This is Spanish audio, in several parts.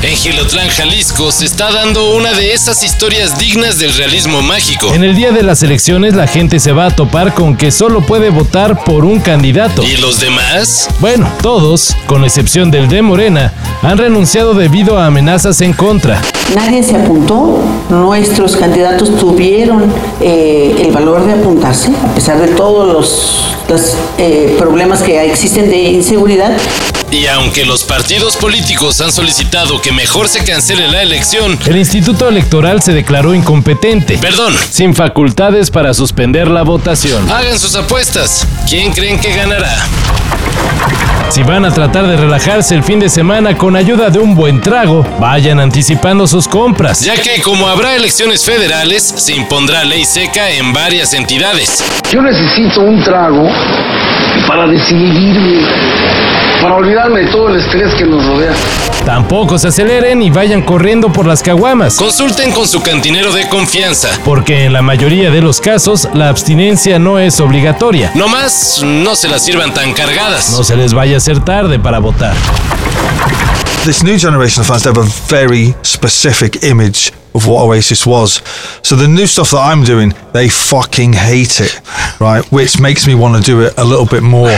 En Gilotlán, Jalisco, se está dando una de esas historias dignas del realismo mágico. En el día de las elecciones la gente se va a topar con que solo puede votar por un candidato. ¿Y los demás? Bueno, todos, con excepción del de Morena, han renunciado debido a amenazas en contra. Nadie se apuntó, nuestros candidatos tuvieron eh, el valor de apuntarse, a pesar de todos los, los eh, problemas que existen de inseguridad. Y aunque los partidos políticos han solicitado que mejor se cancele la elección, El Instituto Electoral se declaró incompetente, perdón, sin facultades para suspender la votación. hagan sus apuestas. ¿Quién creen que ganará? Si van a tratar de relajarse el fin de semana con ayuda de un buen trago, vayan anticipando sus compras. Ya que como habrá elecciones federales, se impondrá ley seca en varias entidades. Yo necesito un trago para decidirme, para olvidarme de todo el estrés que nos rodea. Tampoco se aceleren y vayan corriendo por las caguamas, Consulten con su cantinero de confianza. porque en la mayoría de los casos la abstinencia no es obligatoria. No más, no se las sirvan tan cargadas. No se les vaya a hacer tarde para votar. This new generation of fans, they have a very specific image of what Oasis was. So the new stuff that I'm doing, they fucking hate it, right? Which makes me want to do it a little bit more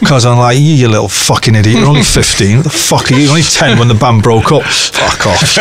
because I'm like, you, you little fucking idiot. You're only 15. What the fuck are you? You're only 10 when the band broke up. Fuck off.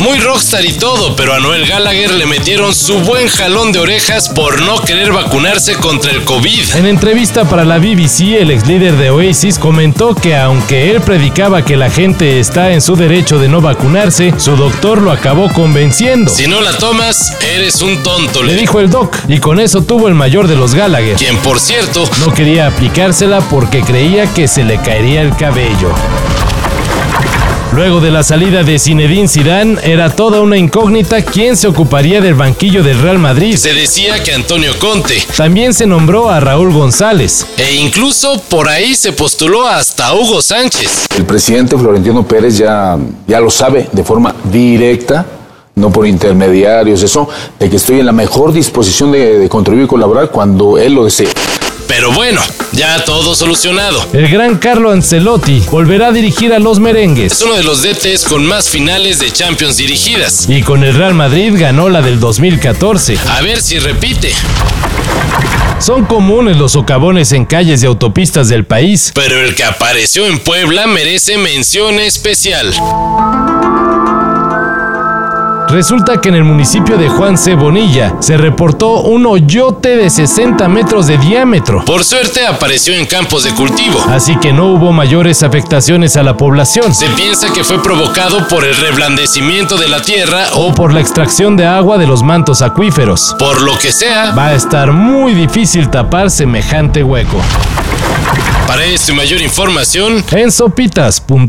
Muy rockstar y todo, pero a Noel Gallagher le metieron su buen jalón de orejas por no querer vacunarse contra el COVID. En entrevista para la BBC, el ex líder de Oasis comentó que aunque él predicaba que la gente está en su derecho de no vacunarse, su doctor lo acabó convenciendo. Si no la tomas, eres un tonto, Le dijo el doc, y con eso tuvo el mayor de los Gallagher. Quien, por cierto, No quería aplicársela porque creía que se le caería el cabello. Luego de la salida de Zinedine Zidane, era toda una incógnita quién se ocuparía del banquillo del Real Madrid. se decía que Antonio Conte, También se nombró a Raúl González. e incluso por ahí se postuló hasta Hugo Sánchez. El presidente Florentino Pérez ya, ya lo sabe de forma directa, no por intermediarios, eso, de que estoy en la mejor disposición de, de contribuir y colaborar cuando él lo desee. Pero bueno, ya todo solucionado. El gran Carlo Ancelotti volverá a dirigir a los Es merengues. uno de los DTs con más finales de Champions dirigidas. Y con el Real Madrid ganó la del 2014. A ver si repite. Son comunes los socavones en calles y autopistas del país. Pero el que apareció en Puebla merece mención especial. Resulta que en el municipio de Juan C. Bonilla se reportó un hoyote de 60 metros de diámetro, Por suerte apareció en campos de cultivo. así que no hubo mayores afectaciones a la población Se piensa que fue provocado por el reblandecimiento de la tierra o o por la extracción de agua de los mantos acuíferos. por lo que sea. Va a estar muy difícil tapar semejante hueco. Para esto y mayor información, En sopitas.com.